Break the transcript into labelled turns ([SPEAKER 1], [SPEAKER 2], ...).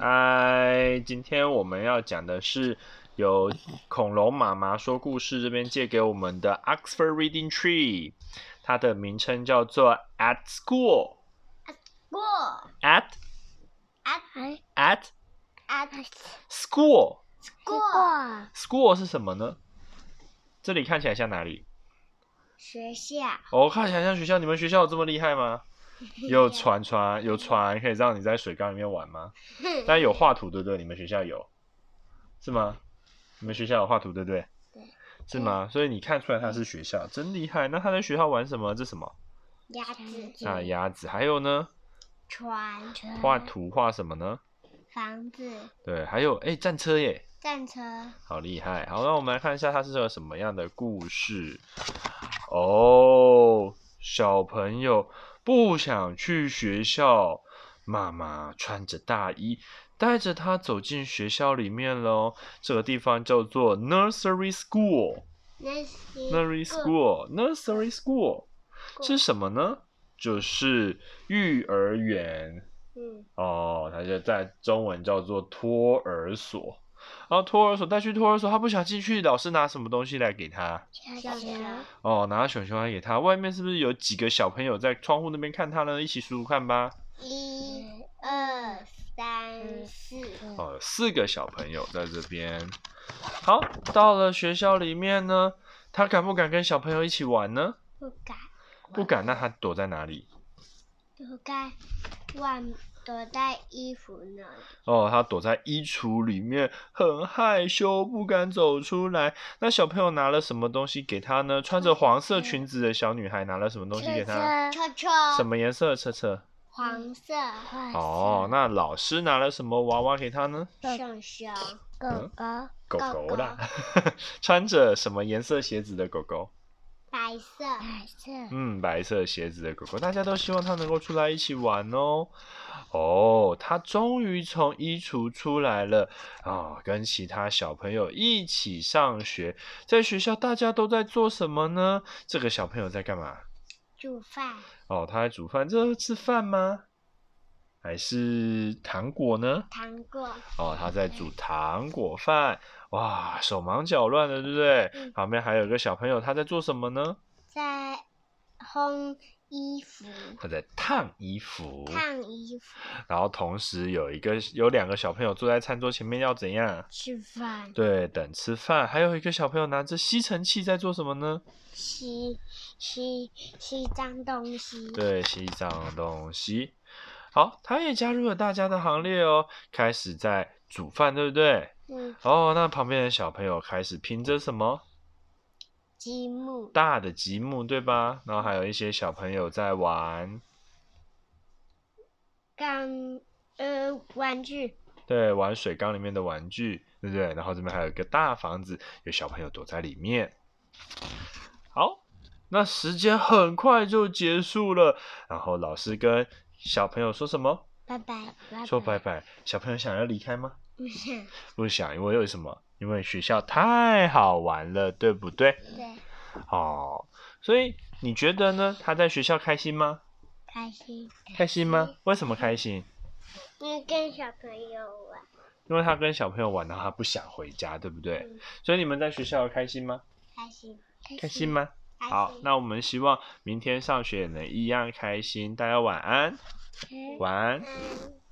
[SPEAKER 1] 哎今天我们要讲的是由恐龙妈妈说故事这边借给我们的 Oxford Reading Tree，它的名称叫做 At School。
[SPEAKER 2] 过
[SPEAKER 1] At
[SPEAKER 2] at
[SPEAKER 1] at
[SPEAKER 2] at
[SPEAKER 1] school
[SPEAKER 2] 过
[SPEAKER 1] school 是什么呢？这里看起来像哪里？
[SPEAKER 2] 学校，
[SPEAKER 1] 哦，看起来像学校。你们学校有这么厉害吗？有船船有船，可以让你在水缸里面玩吗？但有画图对不对？你们学校有是吗？你们学校有画图对不对？
[SPEAKER 2] 对。
[SPEAKER 1] 是吗？所以你看出来它是学校，真厉害。那他在学校玩什么？这什么？
[SPEAKER 2] 鸭子
[SPEAKER 1] 啊，鸭子。还有呢？
[SPEAKER 2] 船
[SPEAKER 1] 画图画什么呢？
[SPEAKER 2] 房子
[SPEAKER 1] 对，还有哎、战车耶。
[SPEAKER 2] 战车
[SPEAKER 1] 好厉害！好，那我们来看一下它是个什么样的故事哦。小朋友不想去学校，妈妈穿着大衣带着他走进学校里面喽。这个地方叫做 nursery school，nursery
[SPEAKER 2] 那些
[SPEAKER 1] school，nursery school 是什么呢？就是幼儿园。
[SPEAKER 2] 嗯
[SPEAKER 1] 哦，它就在中文叫做托儿所。然后托儿所带去托儿所，他不想进去，老师拿什么东西来给他？
[SPEAKER 2] 小蛇
[SPEAKER 1] 哦，拿熊熊来给他。外面是不是有几个小朋友在窗户那边看他呢？一起数数看吧。
[SPEAKER 2] 一二三四
[SPEAKER 1] 哦，有四个小朋友在这边。好，到了学校里面呢，他敢不敢跟小朋友一起玩呢？
[SPEAKER 2] 不敢
[SPEAKER 1] 不敢，那他躲在哪里？
[SPEAKER 2] 不该忘躲在衣服那里，
[SPEAKER 1] 哦，他躲在衣橱里面，很害羞，不敢走出来。那小朋友拿了什么东西给他呢？穿着黄色裙子的小女孩拿了什么东西给他？
[SPEAKER 2] 车车
[SPEAKER 1] 什么颜色的车车？
[SPEAKER 2] 黄色
[SPEAKER 1] 哦，那老师拿了什么娃娃给他呢？
[SPEAKER 2] 熊熊
[SPEAKER 1] 狗
[SPEAKER 2] 狗
[SPEAKER 1] 狗
[SPEAKER 2] 狗
[SPEAKER 1] 狗啦， 穿着什么颜色鞋子的狗狗？
[SPEAKER 2] 白色白色
[SPEAKER 1] 嗯，白色鞋子的狗狗，大家都希望它能够出来一起玩哦。哦，它终于从衣橱出来了啊、跟其他小朋友一起上学。在学校，大家都在做什么呢？这个小朋友在干嘛？
[SPEAKER 2] 煮饭
[SPEAKER 1] 哦，他在煮饭，这是饭吗？还是糖果呢？
[SPEAKER 2] 糖果
[SPEAKER 1] 哦，他在煮糖果饭，哇，手忙脚乱的，对不对？
[SPEAKER 2] 嗯
[SPEAKER 1] 旁边还有一个小朋友，他在做什么呢？
[SPEAKER 2] 在烘衣服
[SPEAKER 1] 他在烫衣服。
[SPEAKER 2] 烫衣服
[SPEAKER 1] 然后同时有一个有两个小朋友坐在餐桌前面要怎样？
[SPEAKER 2] 吃饭
[SPEAKER 1] 对，等吃饭。还有一个小朋友拿着吸尘器在做什么呢？
[SPEAKER 2] 吸吸吸脏东西
[SPEAKER 1] 对，吸脏东西。好，他也加入了大家的行列哦，开始在煮饭，对不对？
[SPEAKER 2] 嗯
[SPEAKER 1] 哦，那旁边的小朋友开始凭着什么
[SPEAKER 2] 积木
[SPEAKER 1] 大的积木，对吧？然后还有一些小朋友在玩，
[SPEAKER 2] 钢呃玩具
[SPEAKER 1] 对，玩水缸里面的玩具，对不对？然后这边还有一个大房子，有小朋友躲在里面。好，那时间很快就结束了，然后老师跟小朋友说什么？
[SPEAKER 2] 拜拜
[SPEAKER 1] 说 拜拜。小朋友想要离开吗？
[SPEAKER 2] 嗯哼
[SPEAKER 1] 不想，因为为什么？因为学校太好玩了，对不对？
[SPEAKER 2] 对
[SPEAKER 1] 哦，所以你觉得呢？他在学校开心吗？
[SPEAKER 2] 开心
[SPEAKER 1] 开心吗？为什么开心？
[SPEAKER 2] 嗯跟小朋友玩
[SPEAKER 1] 因为他跟小朋友玩，然后他不想回家，对不对？
[SPEAKER 2] 嗯
[SPEAKER 1] 所以你们在学校开心吗？
[SPEAKER 2] 开心
[SPEAKER 1] 开心吗？好，那我们希望明天上学也能一样开心。大家晚安，晚安。
[SPEAKER 2] 嗯